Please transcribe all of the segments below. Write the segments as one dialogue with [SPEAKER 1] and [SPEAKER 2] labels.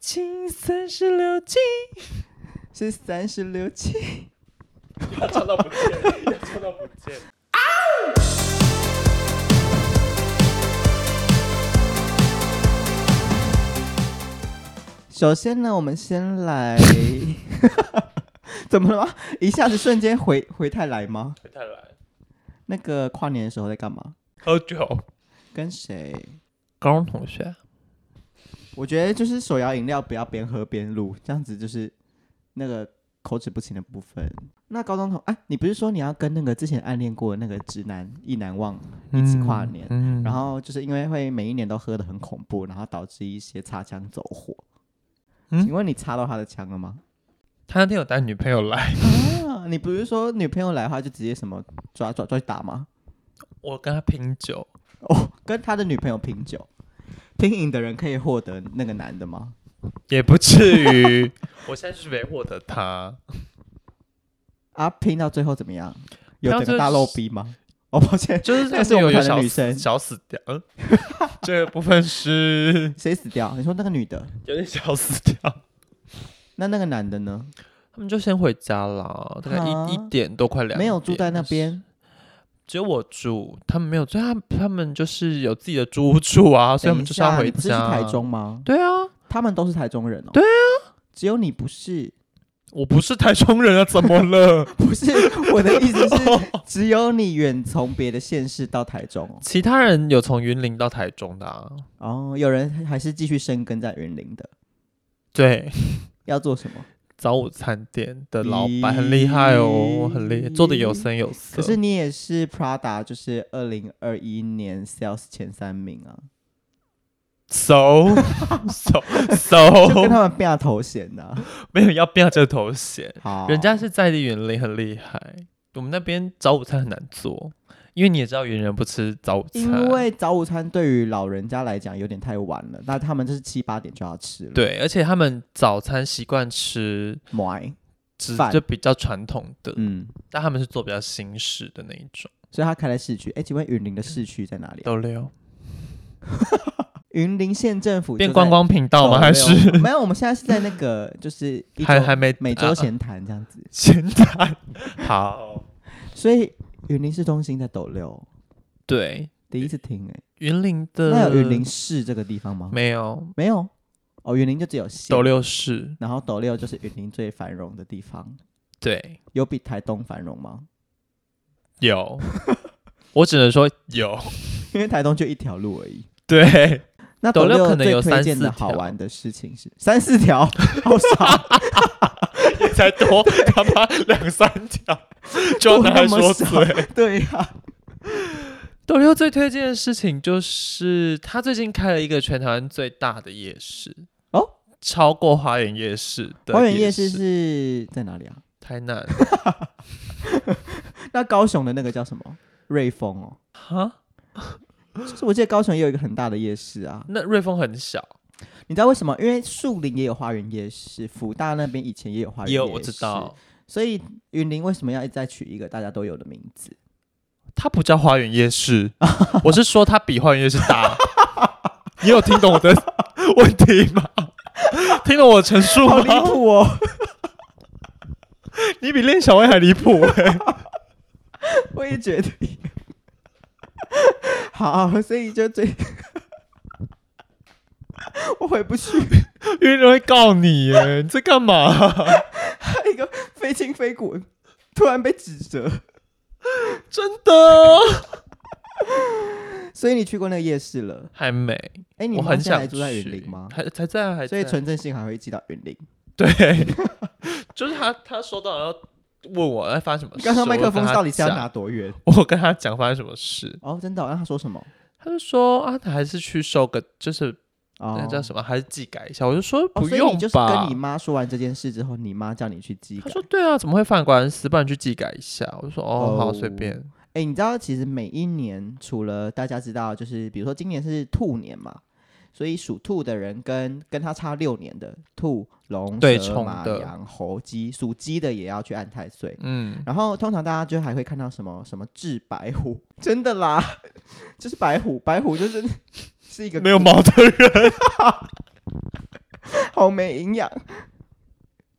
[SPEAKER 1] 斤三十六斤，是三十六斤。
[SPEAKER 2] 要唱到不见，要唱到不见。
[SPEAKER 1] 首先呢，我们先 来，怎么了吗？一下子瞬间回回太来吗？
[SPEAKER 2] 回太来，
[SPEAKER 1] 那个跨年的时候在干嘛？
[SPEAKER 2] 喝酒，
[SPEAKER 1] 跟谁？
[SPEAKER 2] 高中同学，
[SPEAKER 1] 我觉得就是手摇饮料不要边喝边录，这样子就是那个口齿不清的部分。那高中同哎、你不是说你要跟那个之前暗恋过的那个直男意难忘一起跨年？
[SPEAKER 2] 嗯
[SPEAKER 1] 然后就是因为会每一年都喝的很恐怖，然后导致一些擦枪走火。
[SPEAKER 2] 嗯
[SPEAKER 1] 请问你擦到他的枪了吗？
[SPEAKER 2] 他那天有带女朋友来，
[SPEAKER 1] 啊，你不是说女朋友来的话就直接什么抓抓抓去打吗？
[SPEAKER 2] 我跟他拼酒，
[SPEAKER 1] 哦，跟他的女朋友拼酒，拼赢的人可以获得那个男的吗？
[SPEAKER 2] 也不至 于。我现在就是没获得他，
[SPEAKER 1] 啊，拼到最后怎么样？
[SPEAKER 2] 拼
[SPEAKER 1] 有
[SPEAKER 2] 到
[SPEAKER 1] 整
[SPEAKER 2] 最
[SPEAKER 1] 个大
[SPEAKER 2] 后
[SPEAKER 1] 漏逼吗？哦，抱歉，
[SPEAKER 2] 就是
[SPEAKER 1] 那是我
[SPEAKER 2] 有
[SPEAKER 1] 们
[SPEAKER 2] 有
[SPEAKER 1] 团的
[SPEAKER 2] 小
[SPEAKER 1] 女
[SPEAKER 2] 死
[SPEAKER 1] 生
[SPEAKER 2] 小死掉，嗯， 这个部分是
[SPEAKER 1] 谁死掉？你说那个女的，
[SPEAKER 2] 有点小死掉。
[SPEAKER 1] 那那个男的呢？
[SPEAKER 2] 他们就先回家啦，大概
[SPEAKER 1] 啊
[SPEAKER 2] 一一点多快两点。
[SPEAKER 1] 没有住在那边，
[SPEAKER 2] 只有我住，他们没有住，他他们就是有自己的租屋住啊，所以我
[SPEAKER 1] 等
[SPEAKER 2] 们
[SPEAKER 1] 一
[SPEAKER 2] 就是要
[SPEAKER 1] 下
[SPEAKER 2] 回
[SPEAKER 1] 你不是去
[SPEAKER 2] 家。
[SPEAKER 1] 台中吗？
[SPEAKER 2] 对啊，
[SPEAKER 1] 他们都是台中人哦。
[SPEAKER 2] 对
[SPEAKER 1] 啊，只有你不是，
[SPEAKER 2] 我不是台中人啊，怎么了？
[SPEAKER 1] 不是我的 意思是，只有你远从别的县市到台中哦
[SPEAKER 2] 其他人有从云林到台中的、啊，
[SPEAKER 1] 哦。有人还是继续生根在云林的，
[SPEAKER 2] 对，
[SPEAKER 1] 要做什么？
[SPEAKER 2] 早午餐店的老板很厉害哦，很厉害，做的有声有色。
[SPEAKER 1] 可是你也是 Prada，就是二零二一年 sales 前三名啊，
[SPEAKER 2] so so
[SPEAKER 1] 就跟
[SPEAKER 2] so
[SPEAKER 1] 他们变头衔呐、
[SPEAKER 2] 没有要变这个头衔，
[SPEAKER 1] 啊好，
[SPEAKER 2] 人家是在地云林很厉害，我们那边早午餐很难做，因为你也知道云人不吃早午餐，
[SPEAKER 1] 因为早午餐对于老人家来讲有点太晚了，那他们就是七八点就要吃了。
[SPEAKER 2] 对，而且他们早餐习惯吃
[SPEAKER 1] ，why？
[SPEAKER 2] 只
[SPEAKER 1] 饭
[SPEAKER 2] 就比较传统的，
[SPEAKER 1] 嗯，
[SPEAKER 2] 但他们是做比较新式的那一种。
[SPEAKER 1] 所以他开在市区。哎，请问云
[SPEAKER 2] 嗯
[SPEAKER 1] 林的市区在哪里啊、
[SPEAKER 2] 斗六
[SPEAKER 1] 云林县政府就
[SPEAKER 2] 变
[SPEAKER 1] 在
[SPEAKER 2] 观光频道吗？
[SPEAKER 1] 斗
[SPEAKER 2] 还
[SPEAKER 1] 六
[SPEAKER 2] 是
[SPEAKER 1] 没有？我们现在是在那 个就是一
[SPEAKER 2] 还
[SPEAKER 1] 周
[SPEAKER 2] 还没
[SPEAKER 1] 每
[SPEAKER 2] 啊
[SPEAKER 1] 周闲谈这样子，
[SPEAKER 2] 闲 谈？好，
[SPEAKER 1] 所以云林市中心在斗六，
[SPEAKER 2] 对，
[SPEAKER 1] 第一次听哎、
[SPEAKER 2] 云林的
[SPEAKER 1] 那有云林市这个地方吗？
[SPEAKER 2] 没有
[SPEAKER 1] 没有，哦，云林就只有县
[SPEAKER 2] 斗，六市，
[SPEAKER 1] 然后斗六就是云林最繁荣的地方，
[SPEAKER 2] 对，
[SPEAKER 1] 有比台东繁荣吗？
[SPEAKER 2] 有， 我只能说有，
[SPEAKER 1] 因为台东就一条路而已。
[SPEAKER 2] 对，
[SPEAKER 1] 那
[SPEAKER 2] 斗
[SPEAKER 1] 斗
[SPEAKER 2] 六
[SPEAKER 1] 六
[SPEAKER 2] 可能
[SPEAKER 1] 最
[SPEAKER 2] 有
[SPEAKER 1] 推
[SPEAKER 2] 三
[SPEAKER 1] 荐
[SPEAKER 2] 四
[SPEAKER 1] 的好
[SPEAKER 2] 条
[SPEAKER 1] 玩的事情是三四条， 好少，
[SPEAKER 2] 才多他妈两三条， 就要
[SPEAKER 1] 多
[SPEAKER 2] 拿
[SPEAKER 1] 那
[SPEAKER 2] 来
[SPEAKER 1] 么
[SPEAKER 2] 说
[SPEAKER 1] 少
[SPEAKER 2] 嘴。，
[SPEAKER 1] 对啊呀、
[SPEAKER 2] 斗六最推荐的事情就是，他最近开了一个全台湾最大的夜市
[SPEAKER 1] 哦，
[SPEAKER 2] 超过花园夜市的
[SPEAKER 1] 花园夜市
[SPEAKER 2] 市
[SPEAKER 1] 是在哪里啊？
[SPEAKER 2] 台南
[SPEAKER 1] 那高雄的那个叫什么？瑞丰哦，
[SPEAKER 2] 哈，
[SPEAKER 1] 就是我记得高雄也有一个很大的夜市啊。
[SPEAKER 2] 那瑞丰很小，
[SPEAKER 1] 你知道为什么？因为树林也有花园夜市，福大那边以前也有花园
[SPEAKER 2] 也
[SPEAKER 1] 夜
[SPEAKER 2] 有
[SPEAKER 1] 市，
[SPEAKER 2] 我知。道，
[SPEAKER 1] 所以云林为什么要一再取一个大家都有的名 字？
[SPEAKER 2] 它不叫花园夜 市，我是说它比花园夜市大。你有听懂 我的问题吗？听懂我的陈述
[SPEAKER 1] 好离
[SPEAKER 2] 吗？
[SPEAKER 1] 谱哦！
[SPEAKER 2] 你比练小薇还离谱、欸！
[SPEAKER 1] 我也觉得。好，所以就最，我回不去，
[SPEAKER 2] 因为人会告你耶、你在干嘛？
[SPEAKER 1] 他一个非亲非故，突然被指责。
[SPEAKER 2] 真的
[SPEAKER 1] 所以你去过那个夜市了？
[SPEAKER 2] 还没，
[SPEAKER 1] 哎、你
[SPEAKER 2] 我
[SPEAKER 1] 妈
[SPEAKER 2] 很
[SPEAKER 1] 现在
[SPEAKER 2] 想
[SPEAKER 1] 还住在
[SPEAKER 2] 去
[SPEAKER 1] 云林吗？
[SPEAKER 2] 还才在啊，还
[SPEAKER 1] 所以
[SPEAKER 2] 在
[SPEAKER 1] 纯正性还会寄到云林。
[SPEAKER 2] 对， 就是他他收到然后问我在发生什么事，
[SPEAKER 1] 刚刚麦克风到底是
[SPEAKER 2] 呃我跟
[SPEAKER 1] 要
[SPEAKER 2] 他
[SPEAKER 1] 拿多远？
[SPEAKER 2] 讲？ 我跟他讲发生什么事，
[SPEAKER 1] 哦，真的、哦？那他说什么？
[SPEAKER 2] 他就说啊，他还是去收个就是
[SPEAKER 1] 哦
[SPEAKER 2] 那，叫什么，还是技改一下。我就说
[SPEAKER 1] 哦，
[SPEAKER 2] 不
[SPEAKER 1] 所以
[SPEAKER 2] 用
[SPEAKER 1] 你就是
[SPEAKER 2] 吧
[SPEAKER 1] 跟你。妈说完这件事之后，你妈叫你去寄
[SPEAKER 2] 他
[SPEAKER 1] 改。
[SPEAKER 2] 说对啊，怎么会犯官司？不然去技改一下。我就说哦，好，随
[SPEAKER 1] 哦
[SPEAKER 2] 便。
[SPEAKER 1] 哎、你知道其实每一年，除了大家知道，就是比如说今年是兔年嘛，所以属兔的人跟跟他差六年的兔、龙、
[SPEAKER 2] 对
[SPEAKER 1] 蛇、
[SPEAKER 2] 冲
[SPEAKER 1] 马、
[SPEAKER 2] 的
[SPEAKER 1] 羊、猴、鸡，属鸡的也要去按太岁。
[SPEAKER 2] 嗯，
[SPEAKER 1] 然后通常大家就还会看到什么什么治白虎，真的啦， 就是 白虎，白虎就是是一个
[SPEAKER 2] 没有毛的人，
[SPEAKER 1] 好没营养，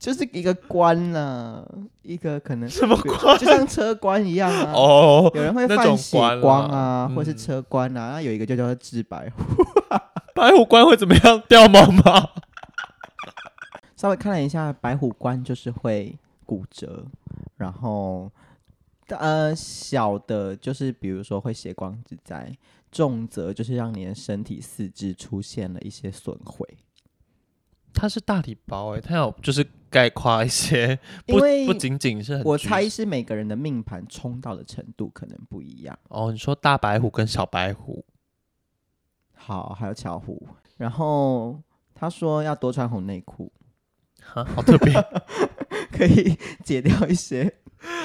[SPEAKER 1] 就是一个关啦，一个可能
[SPEAKER 2] 什么关
[SPEAKER 1] 就像车关一样 啊。
[SPEAKER 2] 哦，
[SPEAKER 1] 有人会
[SPEAKER 2] 那
[SPEAKER 1] 犯
[SPEAKER 2] 种
[SPEAKER 1] 血
[SPEAKER 2] 关
[SPEAKER 1] 光
[SPEAKER 2] 啦
[SPEAKER 1] 啊，或是
[SPEAKER 2] 嗯
[SPEAKER 1] 车关啊，那有一个就叫做治百户。
[SPEAKER 2] 白虎关会怎么样？掉毛吗？
[SPEAKER 1] 稍微看了一下，白虎关就是会骨折，然后呃小的就是比如说会血光之灾，重则就是让你的身体四肢出现了一些损毁。
[SPEAKER 2] 它是大礼包哎、它有就是概括一些，
[SPEAKER 1] 因
[SPEAKER 2] 不
[SPEAKER 1] 为
[SPEAKER 2] 不仅仅是很
[SPEAKER 1] 我
[SPEAKER 2] 局
[SPEAKER 1] 猜是每个人的命盘冲到的程度可能不一样。
[SPEAKER 2] 哦，你说大白虎跟小白虎，
[SPEAKER 1] 好，还有巧虎，然后他说要多穿红内裤，
[SPEAKER 2] 哈，好特 别，
[SPEAKER 1] 可以解掉一些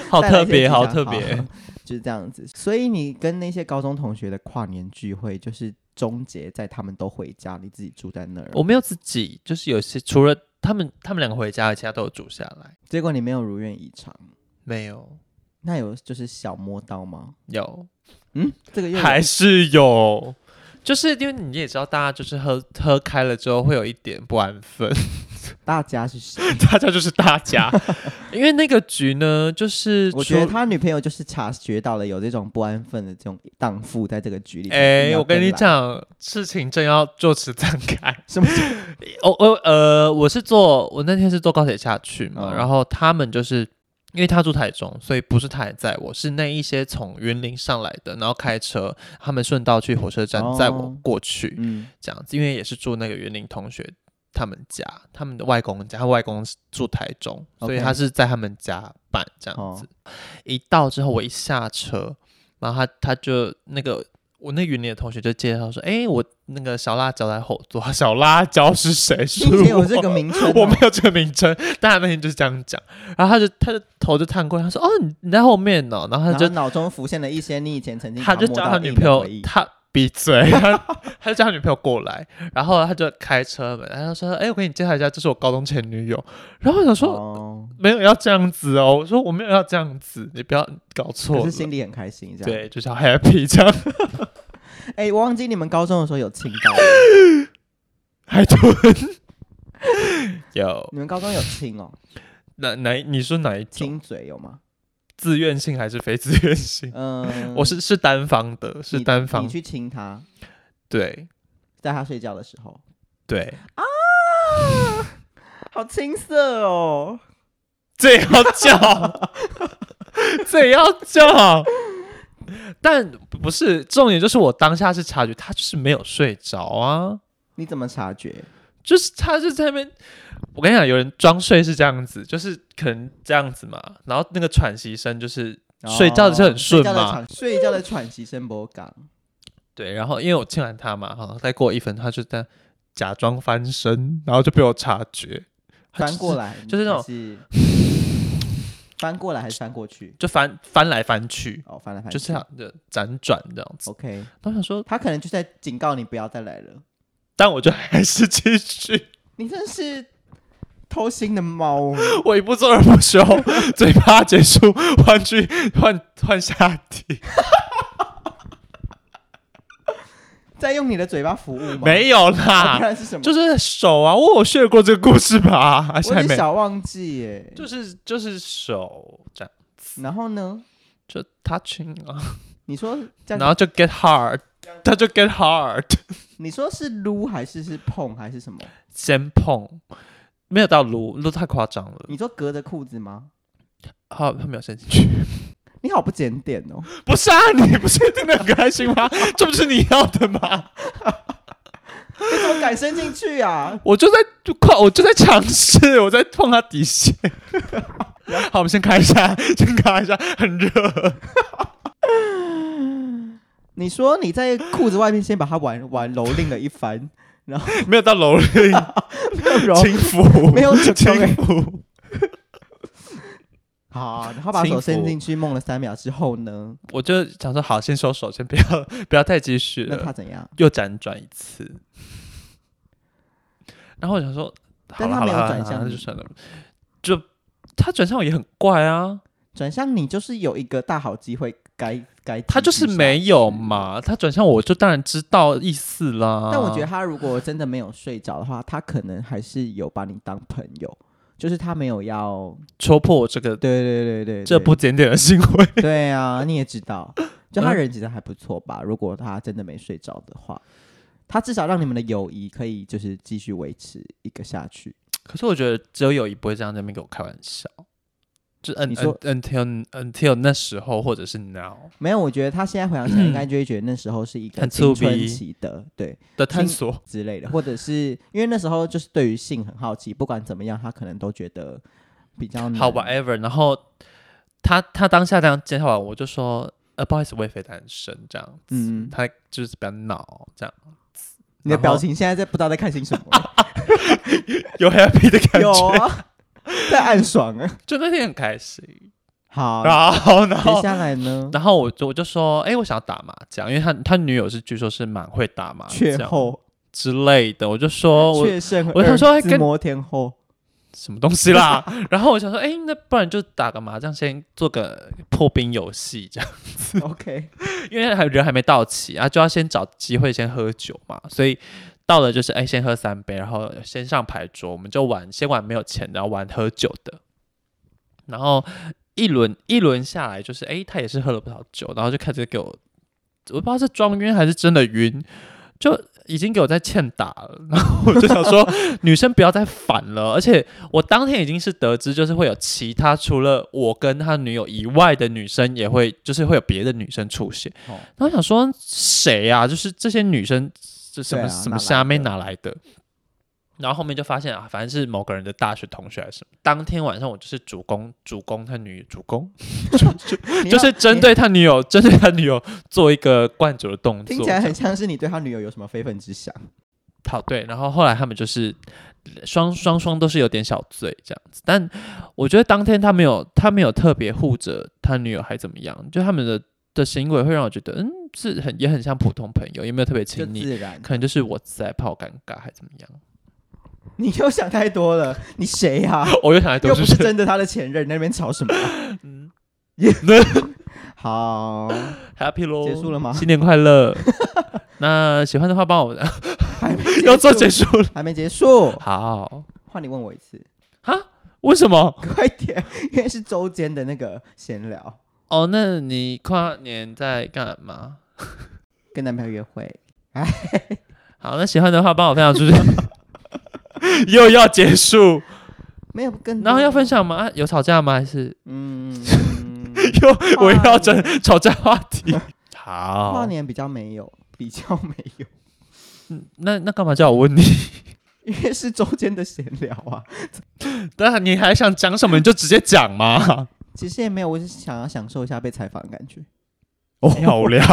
[SPEAKER 2] 好
[SPEAKER 1] 带来
[SPEAKER 2] 特
[SPEAKER 1] 一些
[SPEAKER 2] 别，
[SPEAKER 1] 吉
[SPEAKER 2] 好
[SPEAKER 1] 祥
[SPEAKER 2] 特别，，
[SPEAKER 1] 就是这样子。所以你跟那些高中同学的跨年聚会，就是终结在他们都回家，你自己住在那儿，
[SPEAKER 2] 我没有自己，就是有些除了他们，他们两个回家，其他都有住下来，
[SPEAKER 1] 结果你没有如愿以偿。
[SPEAKER 2] 没有，
[SPEAKER 1] 那有就是小摸到吗？
[SPEAKER 2] 有
[SPEAKER 1] 嗯，这个又有
[SPEAKER 2] 还是有，就是因为你也知道，大家就是喝喝开了之后会有一点不安 分，
[SPEAKER 1] 大家 是谁？
[SPEAKER 2] 大家就是大 家，因为那个局呢，就是
[SPEAKER 1] 我觉得
[SPEAKER 2] 除
[SPEAKER 1] 他女朋友就是察觉到了有这种不安分的这种荡妇在这个局里。
[SPEAKER 2] 哎、
[SPEAKER 1] 一定要
[SPEAKER 2] 我跟你
[SPEAKER 1] 来，
[SPEAKER 2] 讲，事情正要坐此展开。
[SPEAKER 1] 什 么？
[SPEAKER 2] 我我呃，我是坐我那天是坐高铁下去嘛，
[SPEAKER 1] 哦
[SPEAKER 2] 然后他们就是因为他住台中，所以不是他也载我，是那一些从云林上来的，然后开车，他们顺道去火车站载我
[SPEAKER 1] 哦
[SPEAKER 2] 过去、
[SPEAKER 1] 嗯，
[SPEAKER 2] 这样子，因为也是住那个云林同学他们家，他们的外公家，他外公是住台中，所以
[SPEAKER 1] OK 哦
[SPEAKER 2] 他是在他们家办这样子。一到之后，我一下车，然后他他就那个我那云林的同学就介绍说，哎、我那个小辣椒在后座， 小辣椒是谁？是
[SPEAKER 1] 并且有
[SPEAKER 2] 我。
[SPEAKER 1] 这个名称哦、
[SPEAKER 2] 我没有这个名称，但他那天就是这样讲，然后他就他的头就探过来，他说：“哦，你你在后面哦。”然后他
[SPEAKER 1] 然
[SPEAKER 2] 就
[SPEAKER 1] 后脑中浮现了一些你以前曾经
[SPEAKER 2] 他就
[SPEAKER 1] 摸
[SPEAKER 2] 叫
[SPEAKER 1] 到
[SPEAKER 2] 他女
[SPEAKER 1] 硬的
[SPEAKER 2] 朋友
[SPEAKER 1] 回忆，
[SPEAKER 2] 他闭嘴，他 他就叫他女朋友过来，然后他就开车门，然后说：“哎、我给你介绍一下，这是我高中前女友。”然后我想说、
[SPEAKER 1] 哦，
[SPEAKER 2] 没有要这样子哦，我说我没有要这样子，你不要搞错
[SPEAKER 1] 可
[SPEAKER 2] 了
[SPEAKER 1] 是。心里很开心，这样。
[SPEAKER 2] 对，就是要 happy 这样，
[SPEAKER 1] 哎、我忘记你们高中的时候有亲 到吗，
[SPEAKER 2] 海豚 有
[SPEAKER 1] 你们高中有亲哦，
[SPEAKER 2] 哪哪一？你说哪一种？
[SPEAKER 1] 亲嘴有吗？
[SPEAKER 2] 自愿性还是非自愿性？
[SPEAKER 1] 嗯、
[SPEAKER 2] 我是是单方的，是
[SPEAKER 1] 你
[SPEAKER 2] 单方
[SPEAKER 1] 你。去亲他，
[SPEAKER 2] 对
[SPEAKER 1] 在他睡觉的时候，
[SPEAKER 2] 对，
[SPEAKER 1] 好青涩哦。
[SPEAKER 2] 这也要 叫，这也要叫。但不是重点，就是我当下是察觉他就是没有睡着啊，
[SPEAKER 1] 你怎么察觉？
[SPEAKER 2] 就是他就在那边。我跟你讲，有人装睡是这样子，就是可能这样子嘛，然后那个喘息声就是睡觉的时候很顺
[SPEAKER 1] 哦睡觉的
[SPEAKER 2] 嘛
[SPEAKER 1] 喘睡觉的喘息声 波港，
[SPEAKER 2] 对，然后因为我亲完他嘛，哈，再过一分他就在假装翻身，然后就被我察觉，他
[SPEAKER 1] 翻过来
[SPEAKER 2] 就是那种
[SPEAKER 1] 还是翻过来还是翻过去？
[SPEAKER 2] 就翻翻来翻去，
[SPEAKER 1] 哦，翻来翻去
[SPEAKER 2] 就啊这样的辗转这样子。
[SPEAKER 1] OK，
[SPEAKER 2] 然后我想说，
[SPEAKER 1] 他可能就在警告你不要再来了。
[SPEAKER 2] 但我就还是继续。
[SPEAKER 1] 你真是偷心的猫 哦，
[SPEAKER 2] 我一不做二不 休，嘴巴结束，换句换换下体，
[SPEAKER 1] 在用你的嘴巴服务吗？
[SPEAKER 2] 没有
[SPEAKER 1] 啊，不
[SPEAKER 2] 啦，
[SPEAKER 1] 然是什么？
[SPEAKER 2] 就是手啊，我有 share 过这个故事吧？还是
[SPEAKER 1] 我
[SPEAKER 2] 还
[SPEAKER 1] 有
[SPEAKER 2] 没？
[SPEAKER 1] 点小忘记耶。
[SPEAKER 2] 就是就是手这样，
[SPEAKER 1] 然后呢？
[SPEAKER 2] 就 touching 啊，
[SPEAKER 1] 你说这
[SPEAKER 2] 然
[SPEAKER 1] 样，
[SPEAKER 2] 后就 get hard，他就 get hard，
[SPEAKER 1] 你说是撸还是是碰还是什么？
[SPEAKER 2] 先碰，没有到撸，撸太夸张了，
[SPEAKER 1] 你说隔着裤子吗？
[SPEAKER 2] 好，他没有伸进去。
[SPEAKER 1] 你好不检点哦。
[SPEAKER 2] 不是啊，你不是听得很开心吗？ 这不是你要的吗？
[SPEAKER 1] 你怎么敢伸进去啊？
[SPEAKER 2] 我就在就快，我就在尝试，我在碰他底线。 好，我们先开一下，先开一下，很热。
[SPEAKER 1] 你说你在裤子外面先把它玩玩蹂躏了 一番，
[SPEAKER 2] 没有到蹂 躏，
[SPEAKER 1] 没有揉，
[SPEAKER 2] 轻浮，
[SPEAKER 1] 没有
[SPEAKER 2] 轻
[SPEAKER 1] 揉欸
[SPEAKER 2] 浮。
[SPEAKER 1] 好，然后把手伸进去，梦了三秒之后呢？
[SPEAKER 2] 我就想说，好，先收手，先不要， 不要再继续
[SPEAKER 1] 那他
[SPEAKER 2] 了。
[SPEAKER 1] 怎样？
[SPEAKER 2] 又辗转一次，然后我想说，好
[SPEAKER 1] 但
[SPEAKER 2] 了
[SPEAKER 1] 他
[SPEAKER 2] 好
[SPEAKER 1] 没
[SPEAKER 2] 了，
[SPEAKER 1] 有
[SPEAKER 2] 好了
[SPEAKER 1] 转向
[SPEAKER 2] 好了
[SPEAKER 1] 你
[SPEAKER 2] 就算了。就他转向我也很怪啊，
[SPEAKER 1] 转向你就是有一个大好机会该该
[SPEAKER 2] 他就是没有嘛，他转向我就当然知道意思啦。
[SPEAKER 1] 嗯但我觉得他如果真的没有睡着的话，他可能还是有把你当朋友，就是他没有要
[SPEAKER 2] 戳破我这个
[SPEAKER 1] 对对对对
[SPEAKER 2] 这不检点的行为。
[SPEAKER 1] 对啊，你也 知道，就他人其实还不错吧。如果他真的没睡着的话，他至少让你们的友谊可以就是继续维持一个下去。
[SPEAKER 2] 可是我觉得只有友谊不会这样在那边给我开玩笑。就嗯
[SPEAKER 1] 你说
[SPEAKER 2] 嗯 until until 那时候或者是 now
[SPEAKER 1] 没有，我觉得他现在回想起来，应该就会觉得那时候是一个
[SPEAKER 2] 很
[SPEAKER 1] 青
[SPEAKER 2] 粗
[SPEAKER 1] 春
[SPEAKER 2] 鄙
[SPEAKER 1] 期的，对
[SPEAKER 2] 的探
[SPEAKER 1] 新
[SPEAKER 2] 索，
[SPEAKER 1] 之类的，或者是因为那时候就是对于性很好奇，不管怎么样，他可能都觉得比较难
[SPEAKER 2] 好 whatever。然后他他当下这样介绍完，我就说呃不好意思，我也非单身这样子。
[SPEAKER 1] 嗯，
[SPEAKER 2] 他就是比较恼这样，
[SPEAKER 1] 你的
[SPEAKER 2] 然后
[SPEAKER 1] 表情现在在不知道在看些什么，
[SPEAKER 2] 有 happy 的感
[SPEAKER 1] 有
[SPEAKER 2] 觉，
[SPEAKER 1] 啊， 在暗爽啊。
[SPEAKER 2] 就那天很开心。
[SPEAKER 1] 好，
[SPEAKER 2] 然后然
[SPEAKER 1] 接
[SPEAKER 2] 后
[SPEAKER 1] 下来呢？
[SPEAKER 2] 然后我就我就说，哎、我想要打麻将，因为他他女友是据说是蛮会打麻
[SPEAKER 1] 雀
[SPEAKER 2] 将
[SPEAKER 1] 后
[SPEAKER 2] 之类的，我就说我
[SPEAKER 1] 雀圣，
[SPEAKER 2] 我想说
[SPEAKER 1] 二
[SPEAKER 2] 还
[SPEAKER 1] 字
[SPEAKER 2] 跟
[SPEAKER 1] 摩 天后，
[SPEAKER 2] 什么东西啦？ 然后我想说，哎、那不然就打个麻将，先做个破冰游戏这样，
[SPEAKER 1] OK，
[SPEAKER 2] 因为还人还没到齐啊，就要先找机会先喝酒嘛，所以到了就是哎、先喝三杯，然后先上牌桌，我们就玩，先玩没有钱的，然后玩喝酒的，然后一轮一轮下来，就是哎、他也是喝了不少酒，然后就开始给我，我不知道是装晕还是真的晕，就已经给我在欠打了， 然后我就想说女生不要再反了，而且我当天已经是得知，就是会有其他除了我跟他女友以外的女生也会，就是会有别的女生出现，
[SPEAKER 1] 哦
[SPEAKER 2] 然后我想说谁啊，就是这些女生这什么、
[SPEAKER 1] 对啊
[SPEAKER 2] 什
[SPEAKER 1] 哪来
[SPEAKER 2] 么虾妹
[SPEAKER 1] 的
[SPEAKER 2] 哪来的？然后后面就发现啊，反正是某个人的大学同学还是什么。当天晚上我就是主攻主攻他女主攻，
[SPEAKER 1] 你
[SPEAKER 2] 就
[SPEAKER 1] 要
[SPEAKER 2] 是针对他女友，针对他女友做一个灌酒的动作。
[SPEAKER 1] 听起来很像是你对他女友有什么非分之想。
[SPEAKER 2] 好对，然后后来他们就是双双双都是有点小醉这样子，但我觉得当天他没有他没有特别护着他女友还怎么样，就他们的的行为会让我觉得，嗯，是很也很像普通朋友，也没有特别
[SPEAKER 1] 就
[SPEAKER 2] 亲密，
[SPEAKER 1] 自然，
[SPEAKER 2] 可能就是我在怕我尴尬还怎么 样，
[SPEAKER 1] 你又想太多了，你谁呀？
[SPEAKER 2] 我又想来
[SPEAKER 1] 又
[SPEAKER 2] 都
[SPEAKER 1] 不
[SPEAKER 2] 是
[SPEAKER 1] 是真的他的前任，那边吵什么？
[SPEAKER 2] 嗯
[SPEAKER 1] 好，
[SPEAKER 2] 哦 ，happy 咯，
[SPEAKER 1] 结束 了吗
[SPEAKER 2] 新年快乐。那喜欢的话帮我
[SPEAKER 1] 还没
[SPEAKER 2] 要做结
[SPEAKER 1] 结束，
[SPEAKER 2] 束了，
[SPEAKER 1] 还没结束，
[SPEAKER 2] 好，
[SPEAKER 1] 换你问我一次，
[SPEAKER 2] 为什么？
[SPEAKER 1] 快点，因为是周间的那个闲聊，
[SPEAKER 2] 哦，那你跨年在干嘛？
[SPEAKER 1] 跟男朋友约会，
[SPEAKER 2] 好，那喜欢的话帮我分享出去。 又要结束，
[SPEAKER 1] 没有跟，
[SPEAKER 2] 然后要分，享吗？啊有吵架吗？还是
[SPEAKER 1] 嗯，
[SPEAKER 2] 又围绕着
[SPEAKER 1] 跨
[SPEAKER 2] 吵架话题？
[SPEAKER 1] 跨
[SPEAKER 2] 好，
[SPEAKER 1] 年比较没有，比较没有，
[SPEAKER 2] 嗯那那干嘛叫我问你？
[SPEAKER 1] 因为是周间的闲聊啊，
[SPEAKER 2] 但你还想讲什么，你就直接讲 嘛。
[SPEAKER 1] 其实也没有，我是想要享受一下被采访的感觉，
[SPEAKER 2] 好无聊，